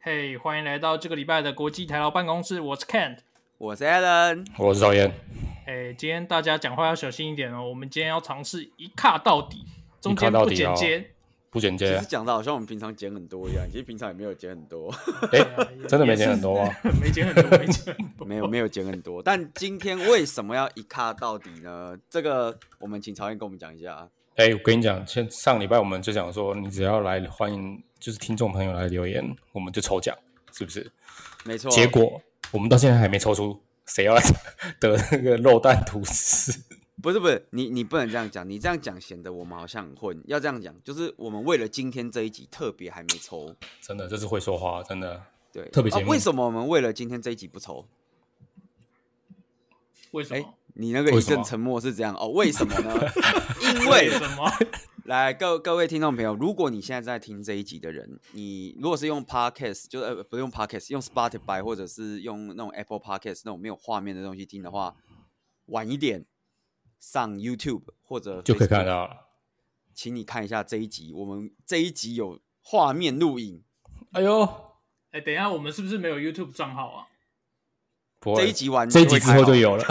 嘿欢迎来到这个礼拜的国际台劳办公室，我是 Kent。我是 Alan，我是赵燕，哎，今天大家讲话要小心一点哦，我们今天要尝试一卡到底，中一间卡到不底剪哦接，不剪其接实，讲的好像我们平常剪很多一样，其实平常也没有剪很多， 哎、也真的没剪很多啊吗？没剪很多，没剪很多。没有没有剪很多。但今天为什么要一卡到底呢？这个我们请曹燕跟我们讲一下。 啊哎、我跟你讲，先上礼拜我们就讲说，你只要来欢迎，就是听众朋友来留言，我们就抽奖，是不是？没错，结果我们到现在还没抽出谁要来 得那个肉蛋吐司。 不是不是，你你不能这样讲，你这样讲显得我们好像很混。要这样讲，就是我们为了今天这一集特别还没抽，真的，这是会说话，真的。对，特别啊节目为什么我们为了今天这一集不抽？为什哎、么？你那个一为什么阵沉默是这样哦？为什么呢？ 因为为什么？来，各各位听众朋友，如果你现在在听这一集的人，你如果是用 Podcast，就是呃不是用 Podcast，用 Spotify 或者是用那种 Apple Podcast 那种没有画面的东西听的话，晚一点上 YouTube 或者就可以 Facebook，看到了。请你看一下这一集，我们这一集有画面录影，哎呦，哎，等一下，我们是不是没有 YouTube 账号啊？不会，这一集完这一就集会之开哦后好就有了。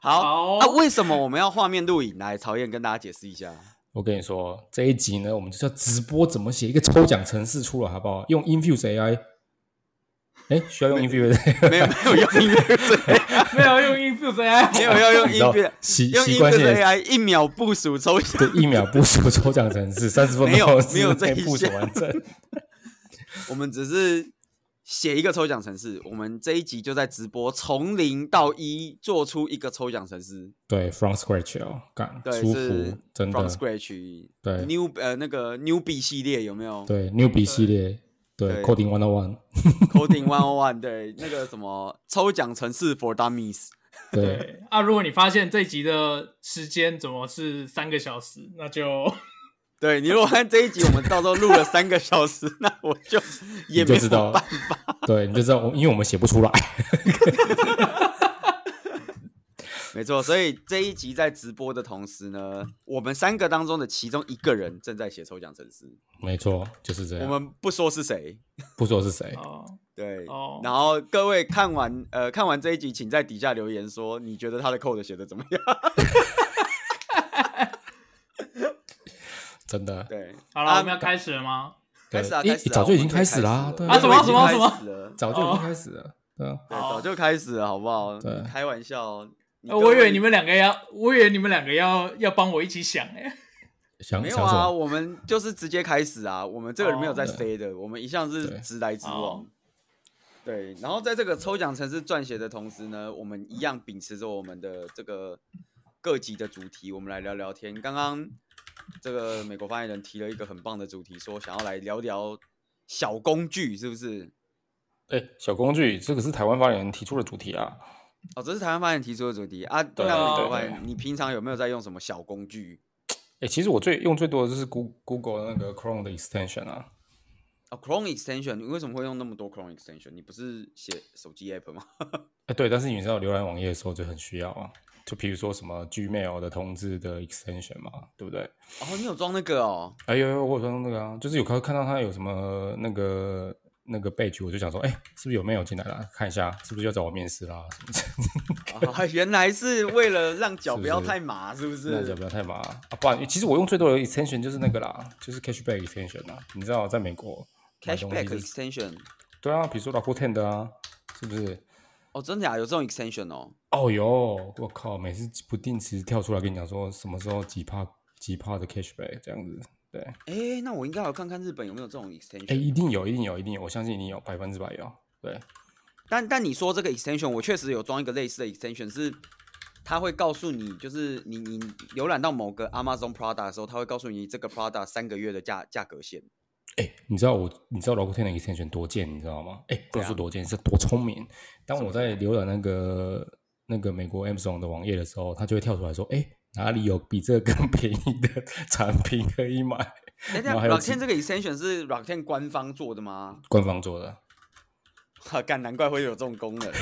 好好啊。为什么我们要画面录影？来，曹燕跟大家解释一下。我跟你说，这一集呢，我们就叫直播怎么写一个抽奖程式出来，好不好？用 Infuse AI。哎、需要用 Infuse AI 没有没有用音乐最， 没有用 Infuse AI，没有要用你音知道乐，习用习音惯乐性的 AI 一秒部署抽 象。对，一秒部署抽奖程式，三十分没有钟之没有这内一部署项 完成。我们只是写一个抽奖程式，我们这一集就在直播从零到一做出一个抽奖程式，对，from scratch 哦，干对，舒是服，真 from 的。 scratch 对 new 呃那个 new B 系列有没有对，Newbie 系列，对对，Coding One on One， coding one oh one 对那个什么抽奖程式 for dummies，对，对啊，如果你发现这集的时间怎么是三个小时，那就对你如果看这一集我们到时候录了三个小时， 那我就也你没就知有道办，对，你就知道我，因为我们写不出来。没错，所以这一集在直播的同时呢，我们三个当中的其中一个人正在写抽奖程式，没错，就是这我样。们不说是谁。不说是谁，哦，对，哦然后各位看完呃看完这一集，请在底下留言说你觉得他的 code 写的怎么样？ 真的。对，好了，我们要开始了吗？对开始啊，一开始啊早就已经我们可以开开始啦了对啊什么我们已经什么什么开始了早就已哦经开始了，对啊，对，哦早就开始了，好不好？对开玩笑，哦呃我以为你们们两个要，我以为你们两个要要帮我一起想哎、想没有想什啊，么？我们就是直接开始啊，我们这个人没有在哦 say 的，我们一向是对直来直哦往。对，然后在这个抽奖城市撰写的同时呢，我们一样秉持着我们的这个各级的主题，我们来聊聊天。刚刚这个美国发言人提了一个很棒的主题，说想要来聊聊小工具，是不是？哎，小工具，这个是台湾发言人提出的主题啊。哦，这是台湾发言人提出的主题啊。对对啊，美国对发言人，你平常有没有在用什么小工具？哎，其实我最用最多的就是 Goo- Google 的那个 Chrome 的 extension 啊。哦，Chrome extension，你为什么会用那么多 Chrome extension？你不是写手机 app 吗？哎，对，但是你知道浏览网页的时候就很需要啊，就比如说什么 Gmail 的通知的 extension 嘛，对不对？哦，你有装那个哦。哎呦呦，我有看到那个啊，就是有看看到他有什么那个那个 badge，我就想说，哎、是不是有妹有进来了？看一下，是不是要找我面试啦？什么之类啊，原来是为了让脚是不要是太麻，是不是？ 的那就不要太麻啊，不然其实我用最多的 extension 就是那个啦，就是 cashback extension 啊。你知道，在美国买东西 Cashback 就是 extension，对啊，比如说 l a c o t e n 的啊，是不是？哦，真假有这种 extension 哦？哦哟，我靠，每次不定时跳出来跟你讲说什么时候几帕几帕的 cashback 这样子，对，哎，那我应该要看看日本有没有这种哎、 extension。一定有，一定有，一定有，我相信一定有，百分之百有，对。但但你说这个 extension，我确实有装一个类似的 extension，是它会告诉你，就是你你浏览到某个 Amazon Prada 的时候，它会告诉你这个 Prada 三个月的价价格线。哎、你知道我，你知道 Rakuten 的 extension 多贱，你知道吗？哎、不能说多贱，是多聪明。啊当我在浏览那个那个美国 Amazon 的网页的时候，它就会跳出来说：“哎、哪里有比这个更 便宜的产品可以买哎，然那后还有几 Rakuten 这个 extension 是 Rakuten 官方做的吗？？” 官方做的。哈，干，难怪会有这种功能。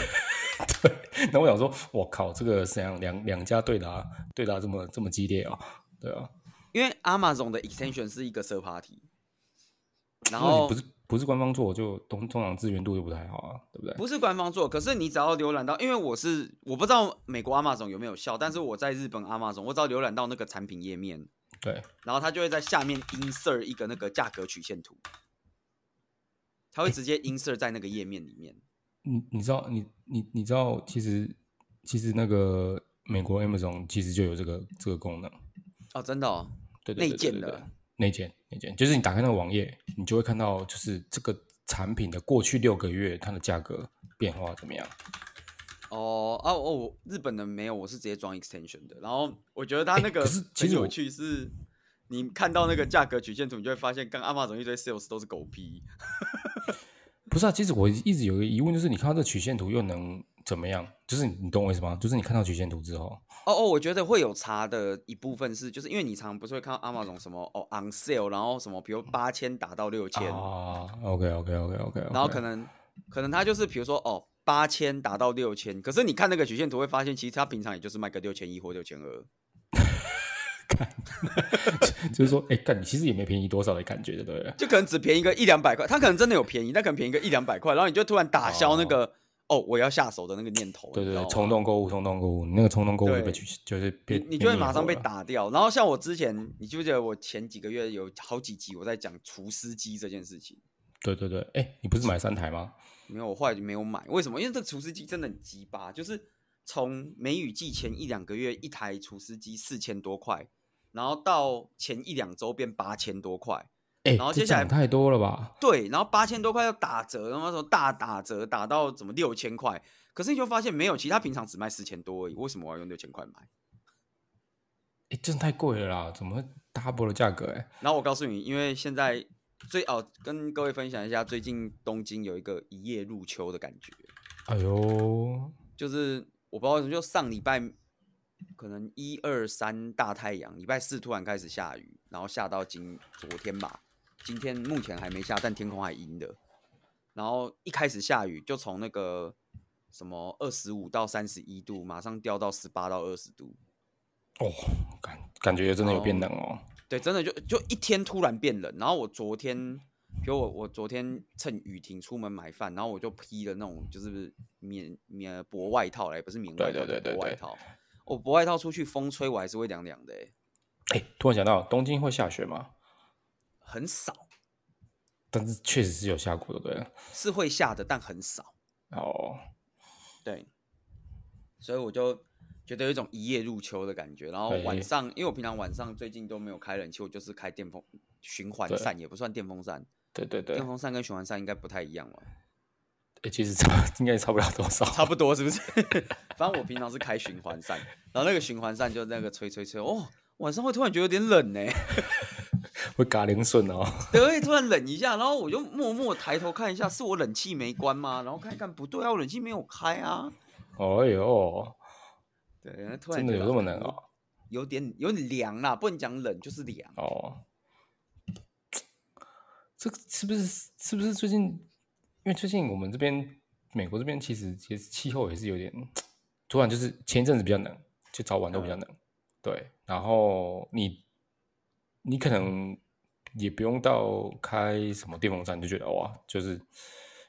那我想说，我靠，这个是两两两家对打对打这么这么激烈啊、对啊，因为 Amazon 的 extension 是一个 third party，然因为后哦你不是不是官方做，就通通常资源度就不太好啊，对不对？不是官方做，可是你只要浏览到，因为我是我不知道美国 Amazon 有没有效，但是我在日本 Amazon，我只要浏览到那个产品页面，对，然后它就会在下面 insert 一个那个价格曲线图，它会直接 insert 在那个页面里面。你你知道你你你知道，其实其实那个美国 Amazon 其实就有这个这个功能，哦，真的哦，对对对内建对对的对内建内建，就是你打开那个网页，你就会看到就是这个产品的过去六个月它的价格变化怎么样。哦啊哦，我日本的没有，我是直接装 extension 的。然后我觉得它那个可是其很实有我趣是。你看到那个价格曲线图，你就会发现，刚 Amazon 一堆 sales 都是狗屁。不是啊，其实我一直有一个疑问，就是你看到这曲线图又能怎么样？就是你你懂我意思吗？就是你看到曲线图之后，哦哦，我觉得会有差的一部分是，就是因为你常不是会看到嗯 Amazon 什么哦 on sale，然后什么比如八千打到六千、啊，OK OK OK OK，然后可能可能它就是比如说哦八千打到六千，可是你看那个曲线图会发现，其实它平常也就是卖个六千一或六千二。就是说，哎、干你其实也没便宜多少的感觉，对不对？就可能只便宜个一两百块，它可能真的有便宜，但可能便宜个一两百块，然后你就突然打消那个哦我要下手的那个念头，对你对知道对，吗冲动购物，冲动购物，你那个冲动购物就被啊对取就是被你你就会马上被灭火了打掉。然后像我之前，你记不记得我前几个月有好几集我在讲厨师机这件事情？对对对，哎、你不是买三台吗？没有，我后来就没有买，为什么？因为这个厨师机真的很鸡巴，就是从梅雨季前一两个月一台厨师机四千多块，然后到前一两周变八千多块，哎、然后这接下来涨太多了吧？对，然后八千多块要打折，然后说大打折打到怎么六千块，可是你就发现没有，其他平常只卖四千多而已，为什么我要用六千块买？哎、真的太贵了啦，怎么会 double 的价格、哎，然后我告诉你，因为现在最哦，跟各位分享一下，最近东京有一个一夜入秋的感觉，哎呦，就是我不知道为什么，就上礼拜可能一二三大太阳，礼拜四突然开始下雨，然后下到今昨天吧，今天目前还没下，但天空还阴的。然后一开始下雨，就从那个什么二十五到三十一度，马上掉到十八到二十度，哦，感感觉真的有变冷哦。对，真的就就一天突然变冷。然后我昨天，比如我我昨天趁雨停出门买饭，然后我就披了那种就是棉棉薄外套来，不是棉对外套，对对薄对外对套。我薄外套出去，风吹我还是会凉凉的、欸，哎、突然想到，东京会下雪吗？很少但是确实是有下过的，对不对。是会下的，但很少。哦，对，所以我就觉得有一种一夜入秋的感觉。然后晚对上，因为我平常晚上最近都没有开冷气，我就是开电风循环对扇，也不算电风扇，对对对，电哎、风扇跟循环扇应该不太一样吧？其实差应该也差不了多少。 差不多是不是？反正我平常是开循环扇，然后那个循环扇就那个吹吹吹，哦，晚上会突然觉得有点冷呢、 会嘎零顺哦。对，会突然冷一下，然后我就默默抬头看一下，是我冷气没关吗？然后看一看，不对啊，我冷气没有开啊。哎呦，对，然后突然真的觉有得这么冷哦？有点有点凉啦，不能讲冷，就是凉。哦，这个是不是是不是最近？因为最近我们这边美国这边其实其实气候也是有点，突然就是前一阵子比较冷，就早晚都比较冷，对。然后你你可能也不用到开什么电风扇，你就觉得哇，就是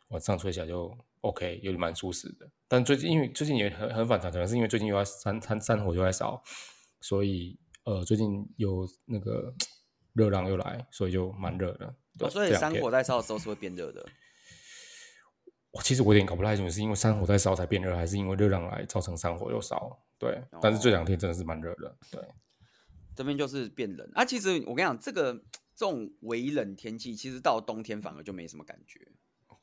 晚上吹起来就 OK，有点蛮舒适的。但最近因为最近也很很反常，可能是因为最近又在山山山火又在烧，所以呃最近有那个热浪又来，所以就蛮热的。对哦、所以这两山天火在烧的时候是会变热的。我其实我有点搞不太清楚，是因为山火在烧才变热，还是因为热浪来造成山火又烧？对，哦但是这两天真的是蛮热的。对，这边就是变冷啊。其实我跟你讲，这个这种微冷天气，其实到冬天反而就没什么感觉，嗯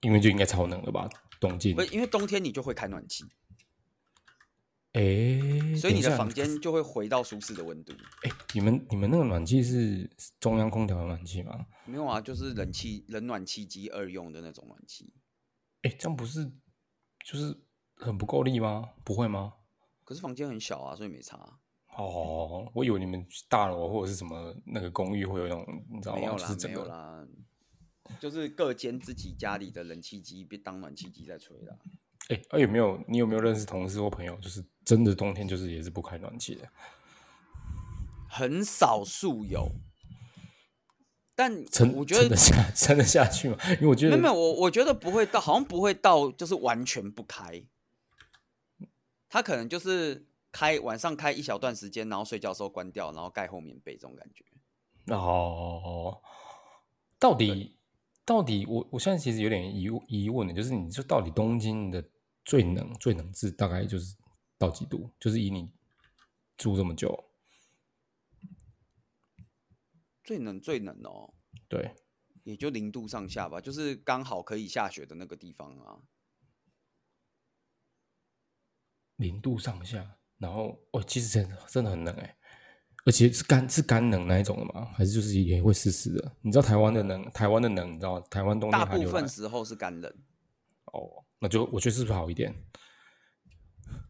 因为就应该超冷了吧？东京不，是因为冬天你就会开暖气，哎，所以等你一的下房间就会回到舒适的温度。哎，你们你们那个暖气是中央空调的暖气吗？没有啊，就是冷气冷暖气机二用的那种暖气。哎，这样不是就是很不够力吗？不会吗？可是房间很小啊，所以没差啊、哦，我以为你们大楼或者是什么那个公寓会有那种，你知道没吗？有哦就啦是，整没有个啦，就是各间自己家里的冷气机别当暖气机在吹啦。哎，啊有没有你有没有认识同事或朋友，就是真的冬天就是也是不开暖气的？很少数有，但撑我觉撑得得下撑得下去嘛？因为我觉没得有没有，我我觉得不会到，好像不会到，就是完全不开。他可能就是开晚上开一小段时间，然后睡觉的时候关掉，然后盖厚棉被这种感觉。哦，到底到底我我现在其实有点疑疑问的，就是你就到底东京的最冷最冷制大概就是到几度？就是以你住这么久，最冷最冷哦，对，也就零度上下吧，就是刚好可以下雪的那个地方啊。零度上下，然后哦，其实真的真的很冷哎、而且是干是干冷那一种的吗？还是就是也会湿湿的？你知道台湾的冷，台湾的冷，你知道台湾冬大天寒部流来分时候是干冷，哦，那就我觉得是不是好一点？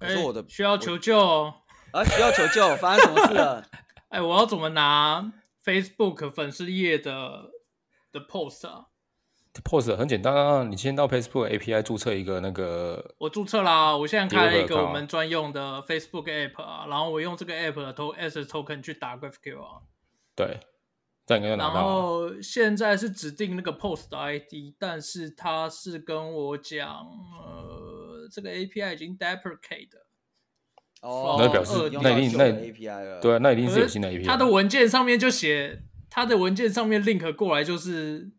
可是哎我的需要求救哦。啊，需要求救，发生什么事了？哎，我要怎么拿 Facebook 粉丝页的的 post 啊？ Pose 很简单啊，你先到 Facebook API 注册一个那个，我注册啦，我现在开了一 Uber 个 account 我们专用的 Facebook app 啊，然后我用这个 app 的 to S token 去打 GraphQL 啊，对，这样应该就拿然到了。后现在是指定那个 post 的 ID，但是他是跟我讲，呃，这个 API 已经 deprecate 了，哦，那表示用那到一定旧那的 API 了。对啊，那一定可是有新的 API 他的文件上面就写，他的文件上面 link 过来就是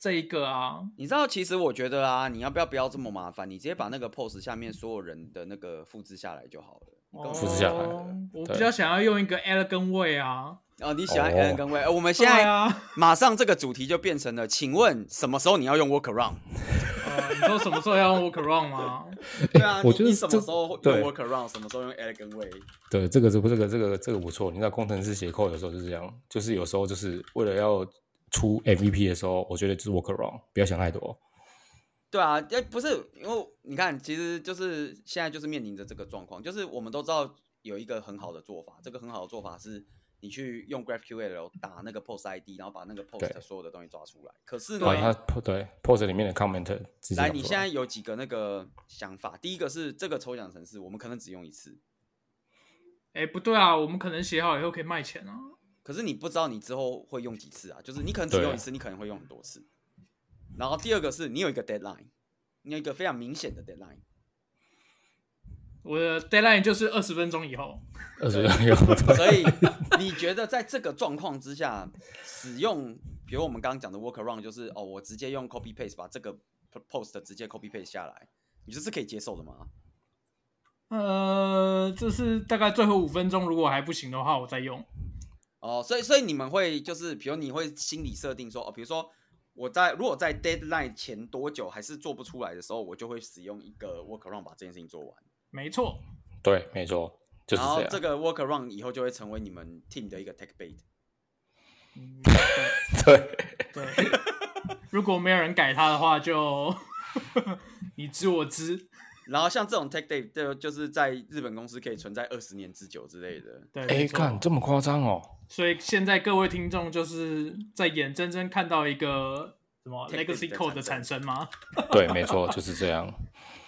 这一个啊，你知道，其实我觉得啊，你要不要不要这么麻烦？你直接把那个 post 下面所有人的那个复制下来就好了。你根本复制下来哦我对比较想要用一个 elegant way 啊，啊，你喜欢哦 N 跟 V，、呃我们现对在啊，马上这个主题就变成了，请问什么时候你要用 workaround？呃你说什么时候要用 workaround 吗？ 对啊，我你觉得你什么这时候用对 workaround，什么时候用 L 跟 V？对，这个这个这个这个这个不错。你知道工程师写 code 的时候就是这样，就是有时候就是为了要出 MVP 的时候，我觉得就是 work around，不要想太多。对啊，要不是因为你看，其实就是现在就是面临着这个状况，就是我们都知道有一个很好的做法，这个很好的做法是你去用 GraphQL 打那个 post ID，然后把那个 post 对所有的东西抓出来。可是呢把，它 po- 对 post 里面的 comment 直接啊来，拿你出现在有几个那个想法？第一个是这个抽奖程式，我们可能只用一次，哎、不对啊，我们可能写好以后可以卖钱啊。可是你不知道你之后会用几次啊，就是你可能只对用一次，你可能会用很多次。然后第二个是你有一个 deadline，你有一个非常明显的 deadline。我的 deadline 就是二十分钟以后。二十个有 对所以你觉得在这个状况之下，使用比如我们刚刚讲的 workaround，就是哦，我直接用 copy paste 把这个 p- post 直接 copy paste 下来，你这是可以接受的吗？呃，这是大概最后五分钟，如果还不行的话，我再用。哦，所以所以你们会就是，比如你会心理设定说，哦，比如说我在如果在 deadline 前多久还是做不出来的时候，我就会使用一个 workaround 把这件事情做完，没错，对，没错，就是然后这样。这个 workaround 以后就会成为你们 team 的一个 tech bait。嗯对，对对。 如果没有人改它的话，就 你知我知。然后像这种 tech bait 就就是在日本公司可以存在二十年之久之类的。对，哎，没错看这么夸张哦。所以现在各位听众就是在眼睁睁看到一个什么 Tech legacy base 的 code 的产产生吗？对，没错，就是这样。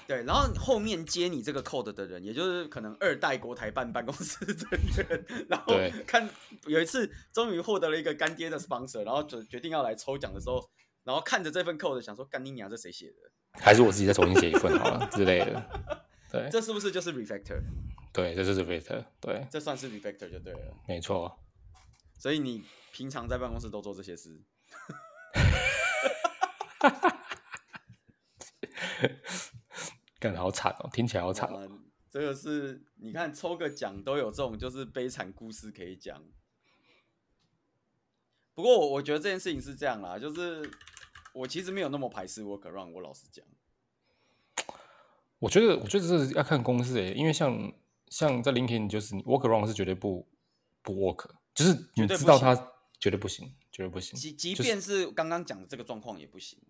对，然后后面接你这个 code 的人，也就是可能二代国台办办 公室的人，然后对看有一次终于获得了一个干爹的 sponsor，然后决决定要来抽奖的时候，然后看着这份 code 想说干你娘这谁写的？还是我自己再重新写一份好了之类的。对，这是不是就是 refactor？对，这就是 Vita，对，这算是 refactor 就对了。没错。所以你平常在办公室都做这些事，干好惨哦，听起来好惨哦。哇这个是你看抽个奖都有这种就是悲惨故事可以讲。不过我我觉得这件事情是这样啦，就是我其实没有那么排斥 workaround，我老实讲。嗯我觉得，我觉得这是要看公司欸诶，因为像像在 LinkedIn 就是你 work around 是绝对不不 work，就是绝你对不知道它绝对不行，绝对不行。即即就是嗯便是刚刚讲的这个状况也不行。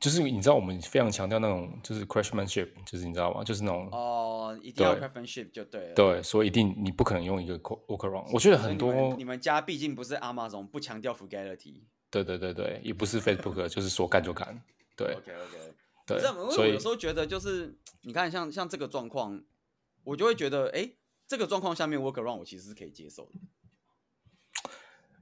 就是你知道我们非常强调那种就是 craftsmanship，就是你知道吗？就是那种、哦，一定要对 craftsmanship 就对了。对，所以一定你不可能用一个 co- work around。我觉所以得很你们，多你们家毕竟不是 Amazon，不强调 frugality。对对对对，也不是 Facebook，就是 说干就干。对 OK OK。对哦这样，因为所我以有时候觉得就是，你看像像这个状况，我就会觉得，哎，这个状况下面 workaround 我其实是可以接受的。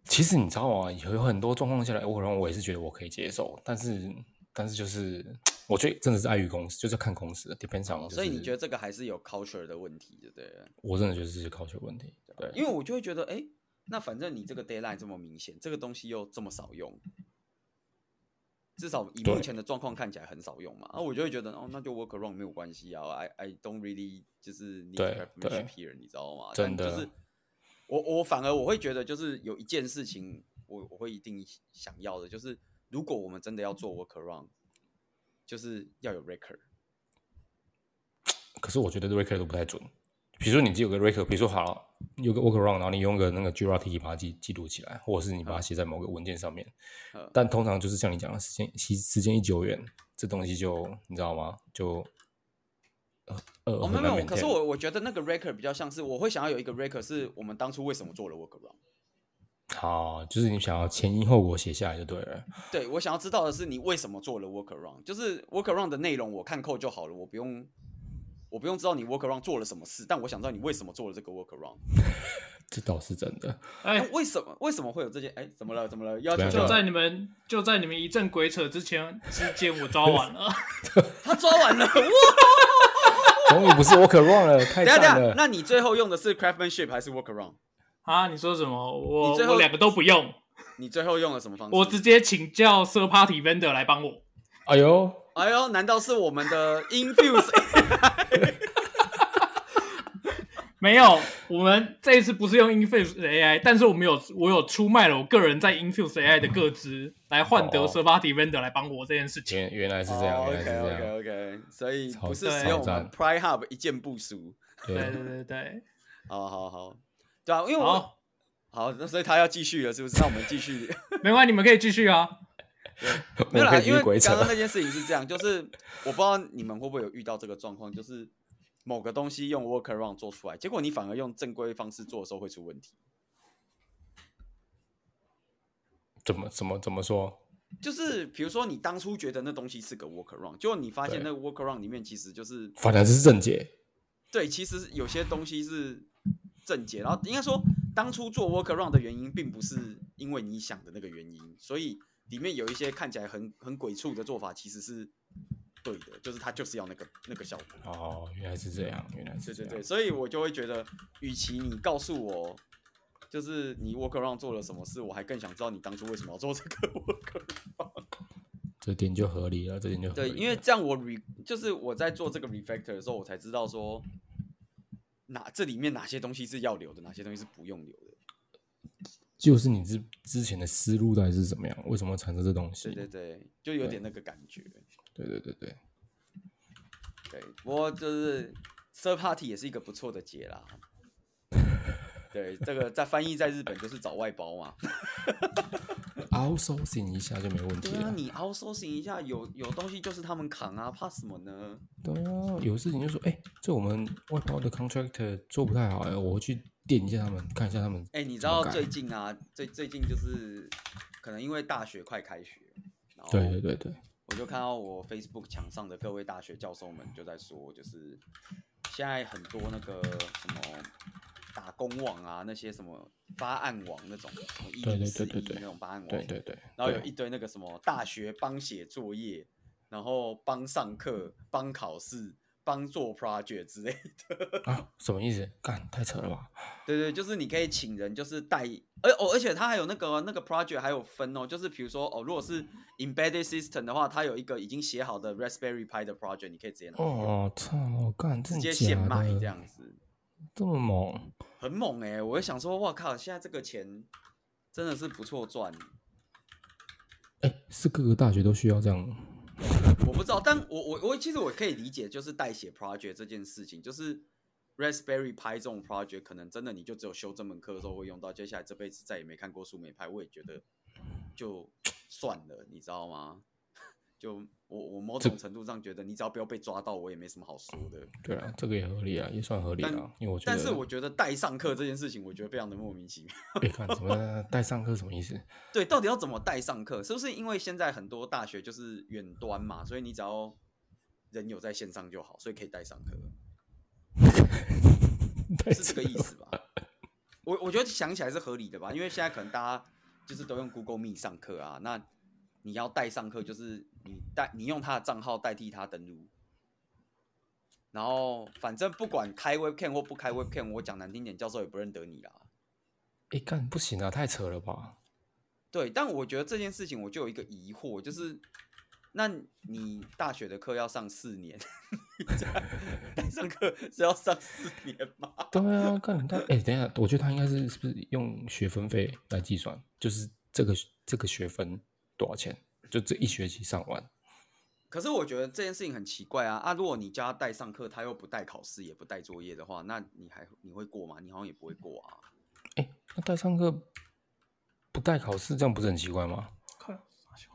其实你知道啊，有有很多状况下来，我可能我也是觉得我可以接受，但是但是就是我觉得真的是碍于公司，就是看公司的 depends on、就哦是。所以你觉得这个还是有 culture 的问题，对不对？我真的觉得这是 culture 问题，对，因为我就会觉得，哎、那反正你这个 deadline 这么明显，这个东西又这么少用，至少以目对前的状况看起来很少用嘛。啊，我就会觉得，哦，那就 work around 没有关系啊，I I don't really 就是 need 对 to have 对 much here，你知道吗？真但的就是我我反而我会觉得，就是有一件事情我我会一定想要的，就是如果我们真的要做 work around，就是要有 record。可是我觉得 record 都不太准。比如说你只有个 record，比如说好了有个 workaround，然后你用个那个 g r a t 把它记记录起来，或者是你把它写在某个文件上面。嗯但通常就是像你讲的，时间时时间一久远，这东西就你知道吗？就呃哦，没呃很有没难有， maintain。可是我我觉得那个 record 比较像是我会想要有一个 record，是我们当初为什么做了 work around。好，就是你想要前因后果写下来就对了。对我想要知道的是你为什么做了 work around，就是 work around 的内容我看扣就好了，我不用我不用知道你 work around 做了什么事，但我想知道你为什么做了这个 work around。这倒是真的。哎，为什么为什么会有这些？哎，怎么了？怎么了？要怎么样就怎么在样你们就在你们一阵鬼扯之前之间，我抓完了。 他抓完了，哇！终于不是 workaround 了，太等一下赞等一下，了。那你最后用的是 craftsmanship 还是 work around？啊，你说什么？我你最后我两个都不用，你最后用了什么方式？我直接请教 Sir Party Vendor 来帮我。哎呦，哎呦，难道是我们的 infuse？ 没有，我们这一次不是用 Infuse AI，但是我们有我有出卖了我个人在 Infuse AI 的个资，来换得哦 Sir Party Vendor 来帮我这件事情。原原来是这样，OK 原来是这 OK 样。 OK，所哦以超不是使用我们超赞 Pry Hub 一键部署。对对，对对对，好好好，对啊，因为我好，好，那所以他要继续了，是不是？那我们继续。 没关系，你们可以继续啊。没有啦，我可以继因续为鬼扯刚。刚那件事情是这样，就是我不知道你们会不会有遇到这个状况，就是某个东西用 workaround 做出来，结果你反而用正规方式做的时候会出问题。怎么怎么怎么说？就是比如说你当初觉得那东西是个 workaround，结果你发现对那个 workaround 里面其实就是反而是正解。对，其实有些东西是正解，然后应该说当初做 workaround 的原因，并不是因为你想的那个原因，所以里面有一些看起来很很鬼畜的做法，其实是对的，就是他就是要那个那个效果。哦，原来是这样，原来对是这对样。对，所以我就会觉得，与其你告诉我，就是你 workaround 做了什么事，我还更想知道你当初为什么要做这个 workaround。这点就合理了，这点就合对，理因为了这样我 re 就是我在做这个 refactor 的时候，我才知道说哪这里面哪些东西是要留的，哪些东西是不用留的。就是你之之前的思路到底是怎么样，为什么会产生这东西？对对对，就有点那个感觉。对对对对对，不过就是 third party 也是一个不错的解啦。 对，这个在翻译在日本就是找外包嘛。 ，outsourcing 一下就没问题 对啊，了。你 outsourcing 一下，有有东西就是他们扛啊，怕什么呢？对啊，有事情就说，哎，这我们外包的 contractor 做不太好，哎，我去垫一下他们，看一下他们。哎、你知怎么道改最近啊，最最近就是可能因为大学快开学，然后对对对对，我就看到我 Facebook 墙上的各位大学教授们就在说，就是现在很多那个什么打工网啊，那些什么发案网那种，什么一对零对四对对一对那种发案网，对对对，然后有对一堆那个什么大学帮写作业，然后帮上课、帮考试、帮做 project 之类的。啊，什么意思？干，太扯了吧？对对，就是你可以请人，就是带，而哦，而且它还有那个那个 project 还有分哦，就是比如说哦，如果是嗯 embedded system 的话，它有一个已经写好的 Raspberry Pi 的 project，你可以直接拿，哦，操，干，直真接的现假卖的？这样子，这么猛？很猛哎、我就想说，哇靠，现在这个钱真的是不错赚，哎，是各个大学都需要这样？我不知道，但我我我其实我可以理解，就是代写 project 这件事情，就是 Raspberry Pi 这种 project，可能真的你就只有修这门课的时候会用到，接下来这辈子再也没看过树莓派，我也觉得就算了，你知道吗？ 就我我某种程度上觉得，你只要不要被抓到，我也没什么好说的。对啊，这个也合理啊，也算合理但啊，因为我觉得，但是我觉得代上课这件事情，我觉得非常的莫名其妙。 哎，看什么带上课什么意思？对，到底要怎么带上课？是不是因为现在很多大学就是远端嘛，所以你只要人有在线上就好，所以可以带上课，带是这个意思吧？我我觉得想起来是合理的吧，因为现在可能大家就是都用 Google Meet 上课啊，那你要代上课，就是你代你用他的账号代替他登录，然后反正不管开 Webcam 或不开 Webcam，我讲难听点，教授也不认得你啦。哎，干不行啊，太扯了吧？对，但我觉得这件事情我就有一个疑惑，就是那你大学的课要上四年， 你这样代上课是要上四年吗？对啊，干他哎，等一下，我觉得他应该是是不是用学分费来计算？就是这个这个学分多少钱？就这一学期上完，可是我觉得这件事情很奇怪啊啊！如果你叫他代上课，他又不带考试，也不带作业的话，那你还你会过吗？你好像也不会过啊。哎，那带上课不带考试，这样不是很奇怪吗？看傻笑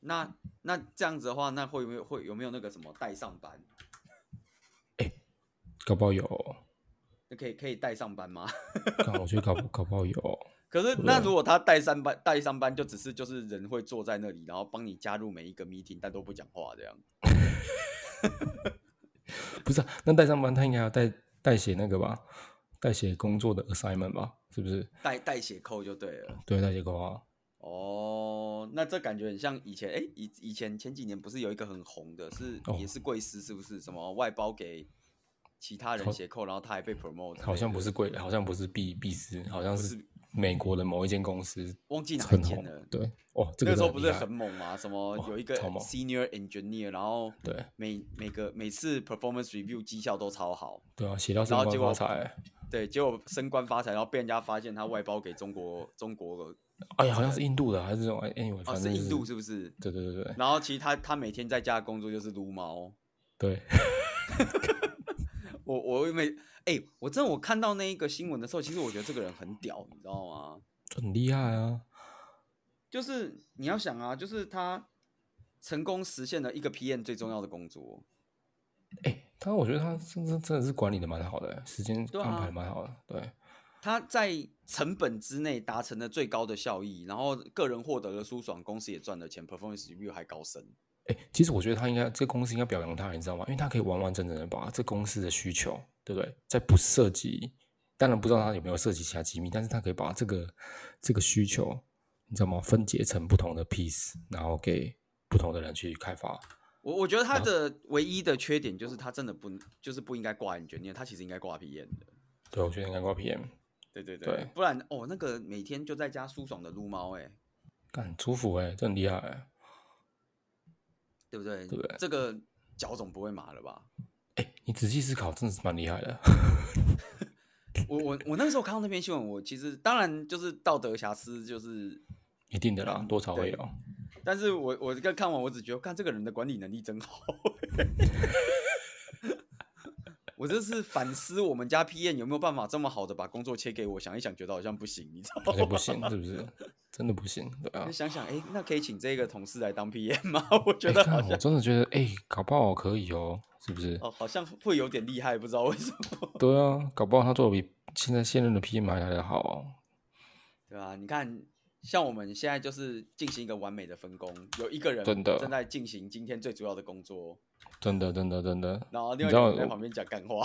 那那这样子的话，那会有没有会有没有那个什么代上班？搞不好有，那可以可以代上班吗？ 干我觉得搞不搞不好有，可是那如果他代上班，代上班就只是就是人会坐在那里，然后帮你加入每一个 meeting，但都不讲话这样。不是、啊？那带上班他应该要带带写那个吧，带写工作的 assignment 吧，是不是？代代写扣就对了。对，带写稿啊。哦，那这感觉很像以前，哎、以以前前几年不是有一个很红的，是、哦也是贵司，是不是？什么外包给其他人写扣，然后他还被 promote，之类好像的不是贵，好像不是必必斯，好像是美国的某一间公司忘记哪一很红间了。。对，哦，这个那时候真不的是厉害很猛吗？什么哇有一个超猛 senior engineer，然后对每每个每次 performance review 绩效都超好，对啊，写到升然后官结发果财。对，结果升官发财，然后被人家发现他外包给中国中国的，哎呀，好像是印度的还是什么 anyway，哦反是正就印度是不是？对对对对然后其实他他每天在家的工作就是撸猫，对，我我每哎、我真的我看到那一个新闻的时候，其实我觉得这个人很屌，你知道吗？就很厉害啊。就是你要想啊，就是他成功实现了一个 PM 最重要的工作，哎，但我觉得他真真真的是管理的蛮好的，时间对啊安排蛮好的。对，他在成本之内达成了最高的效益，然后个人获得了舒爽，公司也赚了钱，performance review 还高升。哎，其实我觉得他应该，这公司应该表扬他，你知道吗？因为他可以完完整整的把这公司的需求，对不对？在不涉及，当然不知道他有没有涉及其他机密，但是他可以把这个这个需求，你知道吗？分解成不同的 piece，然后给不同的人去开发。我我觉得他的唯一的缺点就是他真的不就是不应该挂 engineer，他其实应该挂 PM 的。对，我觉得应该挂 PM，对对对，对不然哦，那个每天就在家舒爽的撸猫，哎，干很舒服哎、这很厉害、欸。对不对？对不对这个脚总不会麻了吧？哎，你仔细思考，真的是蛮厉害的。 我我我那时候看到那篇新闻，我其实当然就是道德瑕疵，就是，一定的啦，多少对会有。但是我我刚看完，我只觉得看这个人的管理能力真好。 我这是反思我们家 P N 有没有办法这么好的把工作切给我，想一想觉得好像不行，你知道好像吗？不行，是不是？真的不行，对啊 就。想想，哎、那可以请这个同事来当 P N 吗？ 我 觉哎得好干像我真的觉得，哎、搞不好可以哦，是不是？哦，好像会有点厉害，不知道为什么。 对啊，搞不好他做的比现在现任的 PM 还要好、哦。对啊，你看，像我们现在就是进行一个完美的分工，有一个人真的正在进行今天最主要的工作，真的，真的，真的。然后你另外知一个人在道旁我，边讲干话，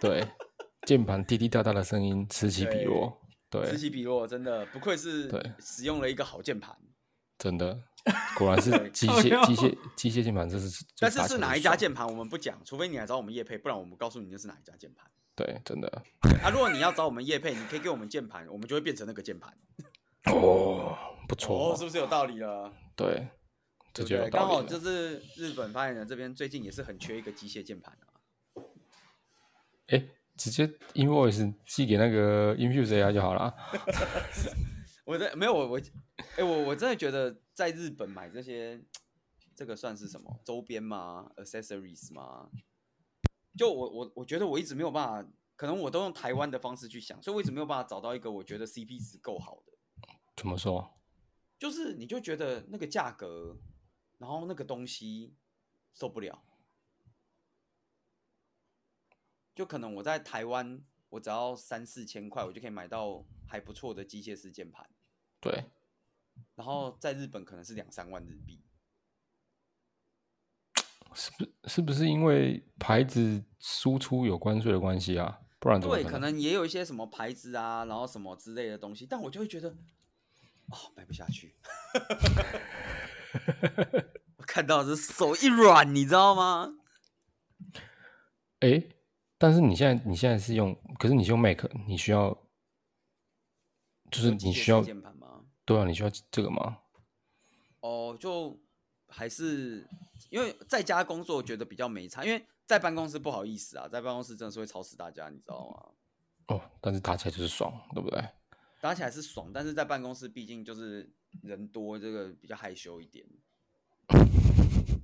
对，键盘滴滴答答的声音此起彼落。此 对，起彼落，真的不愧是对使用了一个好键盘，真的，果然是 机靠腰械机械机械键盘，这是。但是打起是来哪就一家爽？键盘我们不讲，除非你来找我们叶配，不然我们告诉你那是哪一家键盘。对，真的。啊，如果你要找我们叶配，你可以给我们键盘，我们就会变成那个键盘。哦，不哦错，，是不是有道理了？对，这对不就有对？刚道好理就了。是日本发言人这边最近也是很缺一个机械键盘啊。哎、直接 invoice 寄给那个 Infuse AI 就好了。啊我在没有我我，哎、我我真的觉得在日本买这些，这个算是什么周边吗？accessories 吗？就我我我觉得我一直没有办法，可能我都用台湾的方式去想，所以我一直没有办法找到一个我觉得 CP 值够好的。怎么说？就是你就觉得那个价格，然后那个东西受不了。就可能我在台湾，我只要三四千块，我就可以买到还不错的机械式键盘。对，然后在日本可能是两三万日币。是不是不是因为牌子输出有关税的关系啊？不然怎么对，可能也有一些什么牌子啊，然后什么之类的东西，但我就会觉得，哦，买不下去。 我看到这手一软，你知道吗？哎，但是你现在你现在是用，可是你是用 Mac，你需要，就是有机你械需式要，键盘吗？对啊，你需要这个吗？哦，就还是因为在家工作，觉得比较没差，因为在办公室不好意思啊，在办公室真的是会吵死大家，你知道吗？哦，但是打起来就是爽，对不对？打起来是爽，但是在办公室毕竟就是人多，这个比较害羞一点。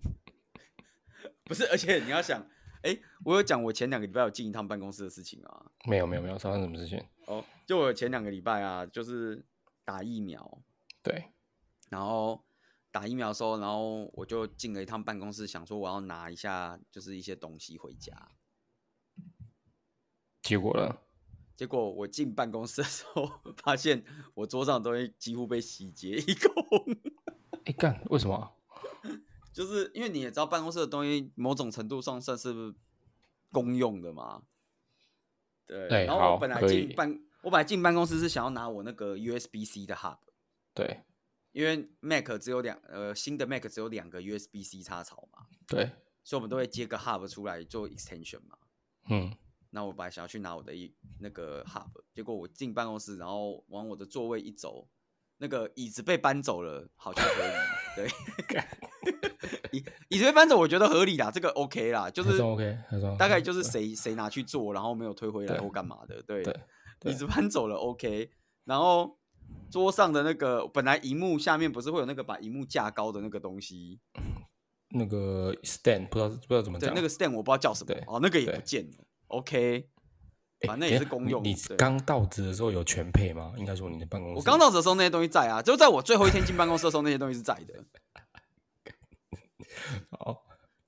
不是，而且你要想，哎、我有讲我前两个礼拜有进一趟办公室的事情啊。没有没有没有，发生什么事情？哦，就我前两个礼拜啊，就是打疫苗，对，然后打疫苗的时候，然后我就进了一趟办公室，想说我要拿一下就是一些东西回家。结果呢？结果我进办公室的时候， 发现我桌上的东西几乎被洗劫一空。哎干，为什么啊？就是因为你也知道，办公室的东西某种程度上算是公用的嘛。对，对然后好我本来可以进办，我本来进办公室是想要拿我那个 USB C 的 hub，对因为 Mac 只有两呃新的 Mac 只有两个 USB C 插槽嘛，对，所以我们都会接个 hub 出来做 extension 嘛。嗯，那我本来想要去拿我的一那个 hub，结果我进办公室，然后往我的座位一走，那个椅子被搬走了，好像合理。 对， 椅椅子被搬走，我觉得合理啦，这个 OK 啦，就还是算 OK，还算 OK，大概就是谁谁拿去做，然后没有退回来对或干嘛的，对对，对椅子搬走了 OK，然后桌上的那个本来荧幕下面不是会有那个把荧幕架高的那个东西，那个 stand 不知道不知道怎么对讲，，那个 stand 我不知道叫什么对，哦，那个也对不见了，OK，诶反正也等是一下公你用你对刚到职的时候有全配吗？应该说你的办公室，我刚到职的时候那些东西在啊，就在我最后一天进办公室的时候那些东西是在 的。哦，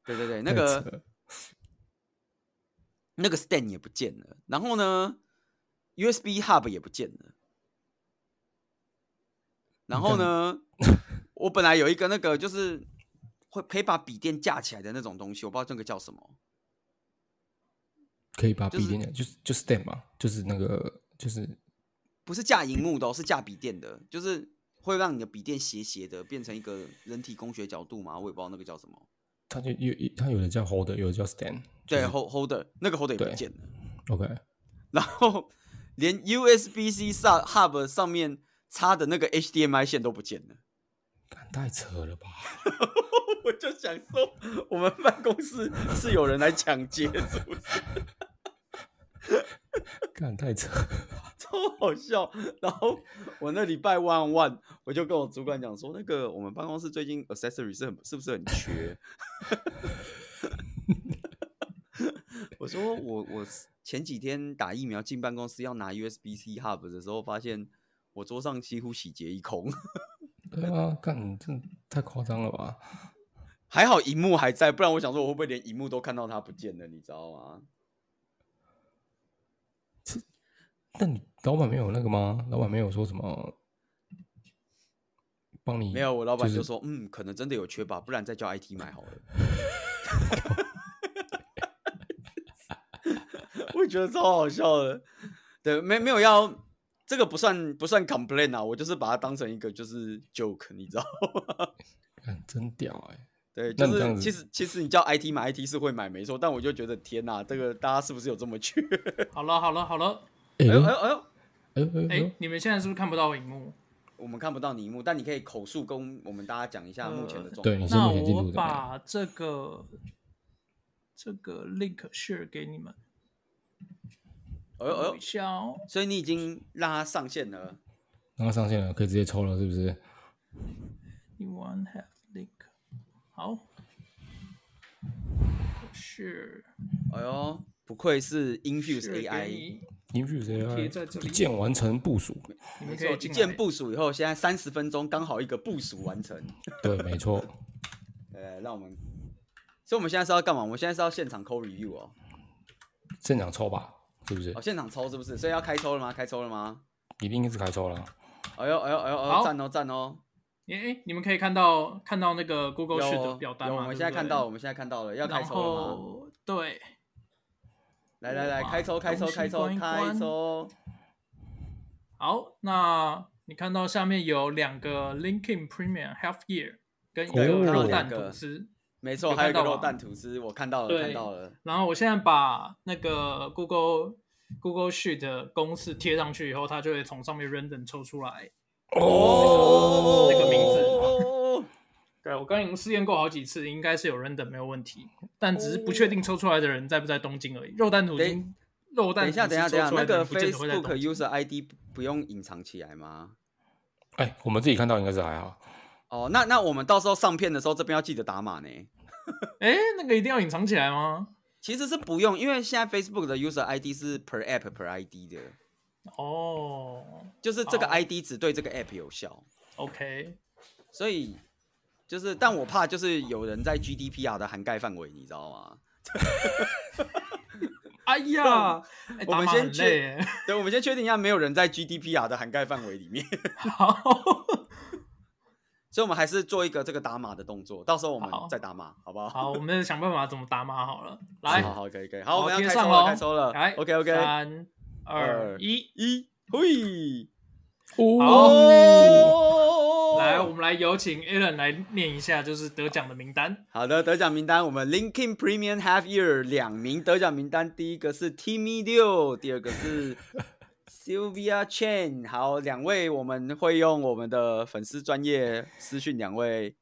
对对对，那太个扯 那个 stand 也不见了，然后呢，USB hub 也不见了，然后呢，我本来有一个那个就是会可以把笔电架起来的那种东西，我不知道那个叫什么。可以把就笔是点点，就是就 stand 嘛，就是那个就是不是架荧幕的、哦，是架笔电的，就是会让你的笔电斜斜的变成一个人体工学角度嘛，我也不知道那个叫什么。它就有它有的叫 holder，有的叫 stand，对，hold holder 那个 holder 也不对见了， OK，然后连 USB C 上 hub 上面插的那个 HDMI 线都不见了。干太扯了吧？ 我就想说，我们办公室是有人来抢劫，是不是？干太扯，超好笑。然后我那礼拜 one one，我就跟我主管讲说，那个我们办公室最近 accessory 是很是不是很缺？ 我说我我前几天打疫苗进办公室要拿 USB C hub 的时候，发现我桌上几乎洗劫一空，对啊，干这太夸张了吧？还好荧幕还在，不然我想说我会不会连荧幕都看到它不见了，你知道吗？那你老板没有那个吗？老板没有说什么帮你？没有，我老板是就说，嗯，可能真的有缺吧，不然再叫 IT 买好了。 我觉得超好笑的，对，没没有要这个不算不算 complain 啊，我就是把它当成一个就是 joke，你知道吗？干真屌哎、对，那就你这是样子其实其实你叫 IT 买 IT 是会买没错，但我就觉得天哪、这个大家是不是有这么缺？好了好了好了，哎哎呦呦哎呦哎呦，哎呦哎哎、呦！你们现在是不是看不到我荧幕？我们看不到你荧幕，但你可以口述跟我们大家讲一下目前的状对况。你是那目前进我度怎么样？把这个这个 link share 给你们，哎呦哎等呦一，下哦。所以你已经让它上线了。然后上线了，可以直接抽了，是不是？ Anyone have link？好，share 哎呦，不愧是 Infuse share 给 AI，你， Infuse 贴在这 AI 里一键哎完成部署，你没们可错，以一进键来。部署以后，现在三十分钟刚好一个部署完成。对，没错，呃，让我们，所以我们现在是要干嘛？我们现在是要现场扣 review 哦，正常抽吧，是不是哦，？现场抽是不是？所以要开抽了吗？开抽了吗？一定是开抽了。哎呦哎呦哎呦哎呦，好赞哦赞哦！哎、诶你们可以看到看到那个 Google 有 Sheet 的哦表单有，吗？我们对不现在看对到了，我们现在看到了，要开然抽了吗？后对，来来来，哇开抽开抽东西开抽关一开关抽！好，那你看到下面有两个 Linkin Premium Half Year 跟一对个我看到肉两蛋个吐司，没错，有还有一个看到肉吗蛋吐司，我看到了，看对到了。然后我现在把那个 Google Google Sheet 的公式贴上去以后，它就会从上面 random 抽出来。哦那个名字字，对我刚已经试验过好几次，应该是有 random 没有问题，但只是不确定抽出来的人在不在东京而已。肉蛋吐司哦等，肉蛋等一下，吐等司一抽下，等一下，出那来的个人不见得会在 Facebook 东京。 user ID 不不用隐藏起来吗？哎，我们自己看到应该是还好。哦，那那我们到时候上片的时候，这边要记得打码呢。哎，那个一定要隐藏起来吗？其实是不用，因为现在 Facebook 的 user ID 是 per app per ID 的，哦就是这个好 ID 只对这个 app 有效。 ，OK，所以就是，但我怕就是有人在 GDPR 的涵盖范围，你知道吗？ 哎呀，哎啊我打们码先很去累耶。对，我们先确定一下，没有人在 GDPR 的涵盖范围里面， 好所以我们还是做一个这个打码的动作，到时候我们好再打码，好不好？好，我们想办法怎么打码好了。好来，好好，可以可以，好，我好们要贴开上抽了，咯开抽了，来 OK OK，三二二一，一，嘿，好哦，来，我们来有请 Alan 来念一下，就是得奖的名单。好的，得奖名单，我们 Linkin Premium Half Year 两名得奖名单，第一个是 Timmy 六，第二个 是 Sylvia Chen。好，两位我们会用我们的粉丝专业私讯两位，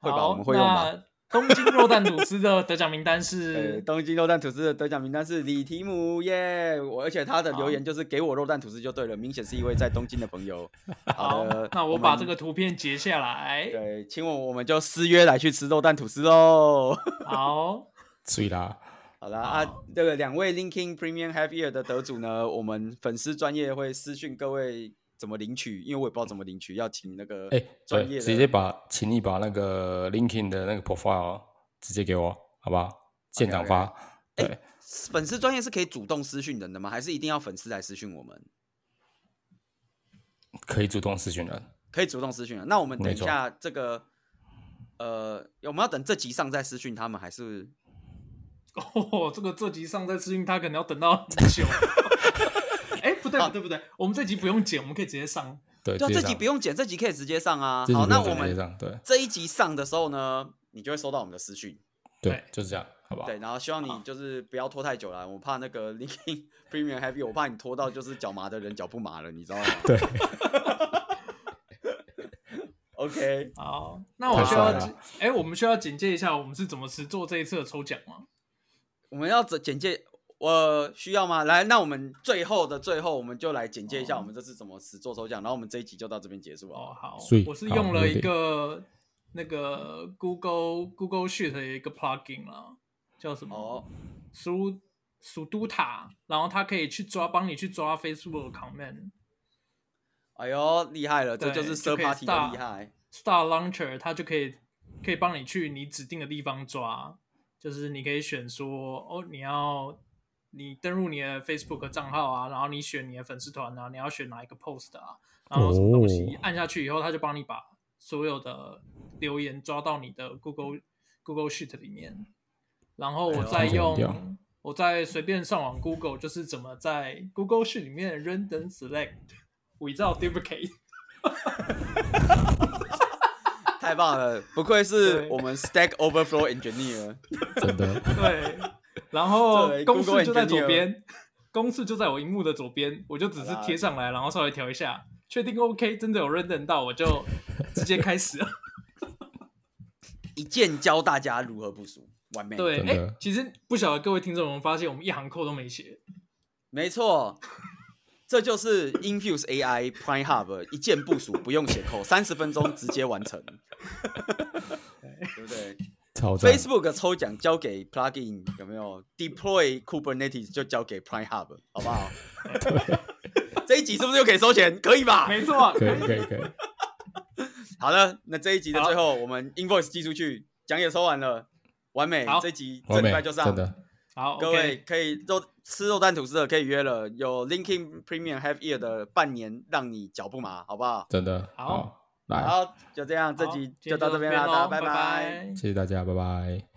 会吧？好我们会用吧？？那东京肉蛋吐司的得奖名单呃， 是东京肉蛋吐司的得奖名单是李提姆耶，我而且他的留言就是给我肉蛋吐司就对了，明显是一位在东京的 朋友。哎好好的，，那我们把这个图片截下来。对，请我我们就私约来去吃肉蛋吐司喽。 好， 所以啦，好啦，啊好，这个两位 Linkin Premium Half Year 的得主呢，我们粉丝专业会私讯各位怎么领取，因为我也不知道怎么领取，要请那个哎，专对业的直接把，请你把那个 LinkedIn 的那个 profile 直接给我，好吧？现场发。哎对，粉丝专业是可以主动私讯人的吗？还是一定要粉丝来私讯我们？可以主动私讯人。可以主动私讯人。那我们等一没错下这个，呃，我们要等这集上再私讯他们，还是哦，这个这集上在私讯他可能要等到很 久。哎，不啊对不对不对，我们这集不用剪，我们可以直接上。对，就直接啊这上集不，用剪，这集可以直接上啊这。集好，不那用我剪直接们上对这一集上的时候呢，你就会收到我们的私讯。对对，就是这样，好不好？对，然后希望啊你就是不要拖太久了，我怕那个 Linkin Premium Happy，我怕你拖到就是脚麻的人脚不麻了，你知道吗对， ？OK，好，那我需太要帅了哎，我们需要简介一下我们是怎么是做这一次的抽奖吗？我们要简简介，我、呃、需要吗？来，那我们最后的最后，我们就来简介一下哦我们这次怎么实做抽奖，然后我们这一集就到这边结束了。哦，好所以，我是好用没了问一题个那个 Google Google Sheet 的一个 plugin 啦，叫什么哦，苏苏都塔，然后它可以去抓，帮你去抓 Facebook 的 comment。哎呦，厉害了，这对就是 s 就 e 可 r 以 Party 的 start 厉害。 Star Launcher 它就可以可以帮你去你指定的地方抓，就是你可以选说哦，你要你登录你的 Facebook 账号啊，然后你选你的粉丝团啊，你要选哪一个 post 啊，然后什么东西、哦按下去以后，它就帮你把所有的留言抓到你的 Google Google Sheet 里面，然后我再哎呦用这样。我再随便上网 Google，就是怎么在 Google Sheet 里面 random select without duplicate，太棒了，不愧是对我们 Stack Overflow Engineer。真 的。对，然后对公 Google 式就在左 Engineer 边， 公式就在我荧幕的左边，我就只是贴上啊来，然后稍微调一下，确定 OK，真的有认证到，我就直接开始了。一键教大家如何部署，完美。对，真哎、的其实不晓得各位听众有没有发现，我们一行扣都没写。没错，这就是 Infuse AI Prime Hub 一键部署，不用写扣，三十分钟直接完成，对不对超赞？Facebook 抽奖交给 Plugin 有没有？Deploy Kubernetes 就交给 Prime Hub，好不好？这一集是不是又可以收钱？可以吧？没 错，可以可以 可以，好了，那这一集的最后，我们 Invoice 寄出去，奖也抽完了，完美好。这一集这完礼美拜就，上真。的好，各 OK 位可以肉吃肉蛋吐司的可以约了，有 Linkin Premium Half Year 的半年让你脚不麻，好不好？真的好好，来，好，就这样，这好集今天就到这这边边啦，大家咯拜拜拜谢谢大家，拜拜。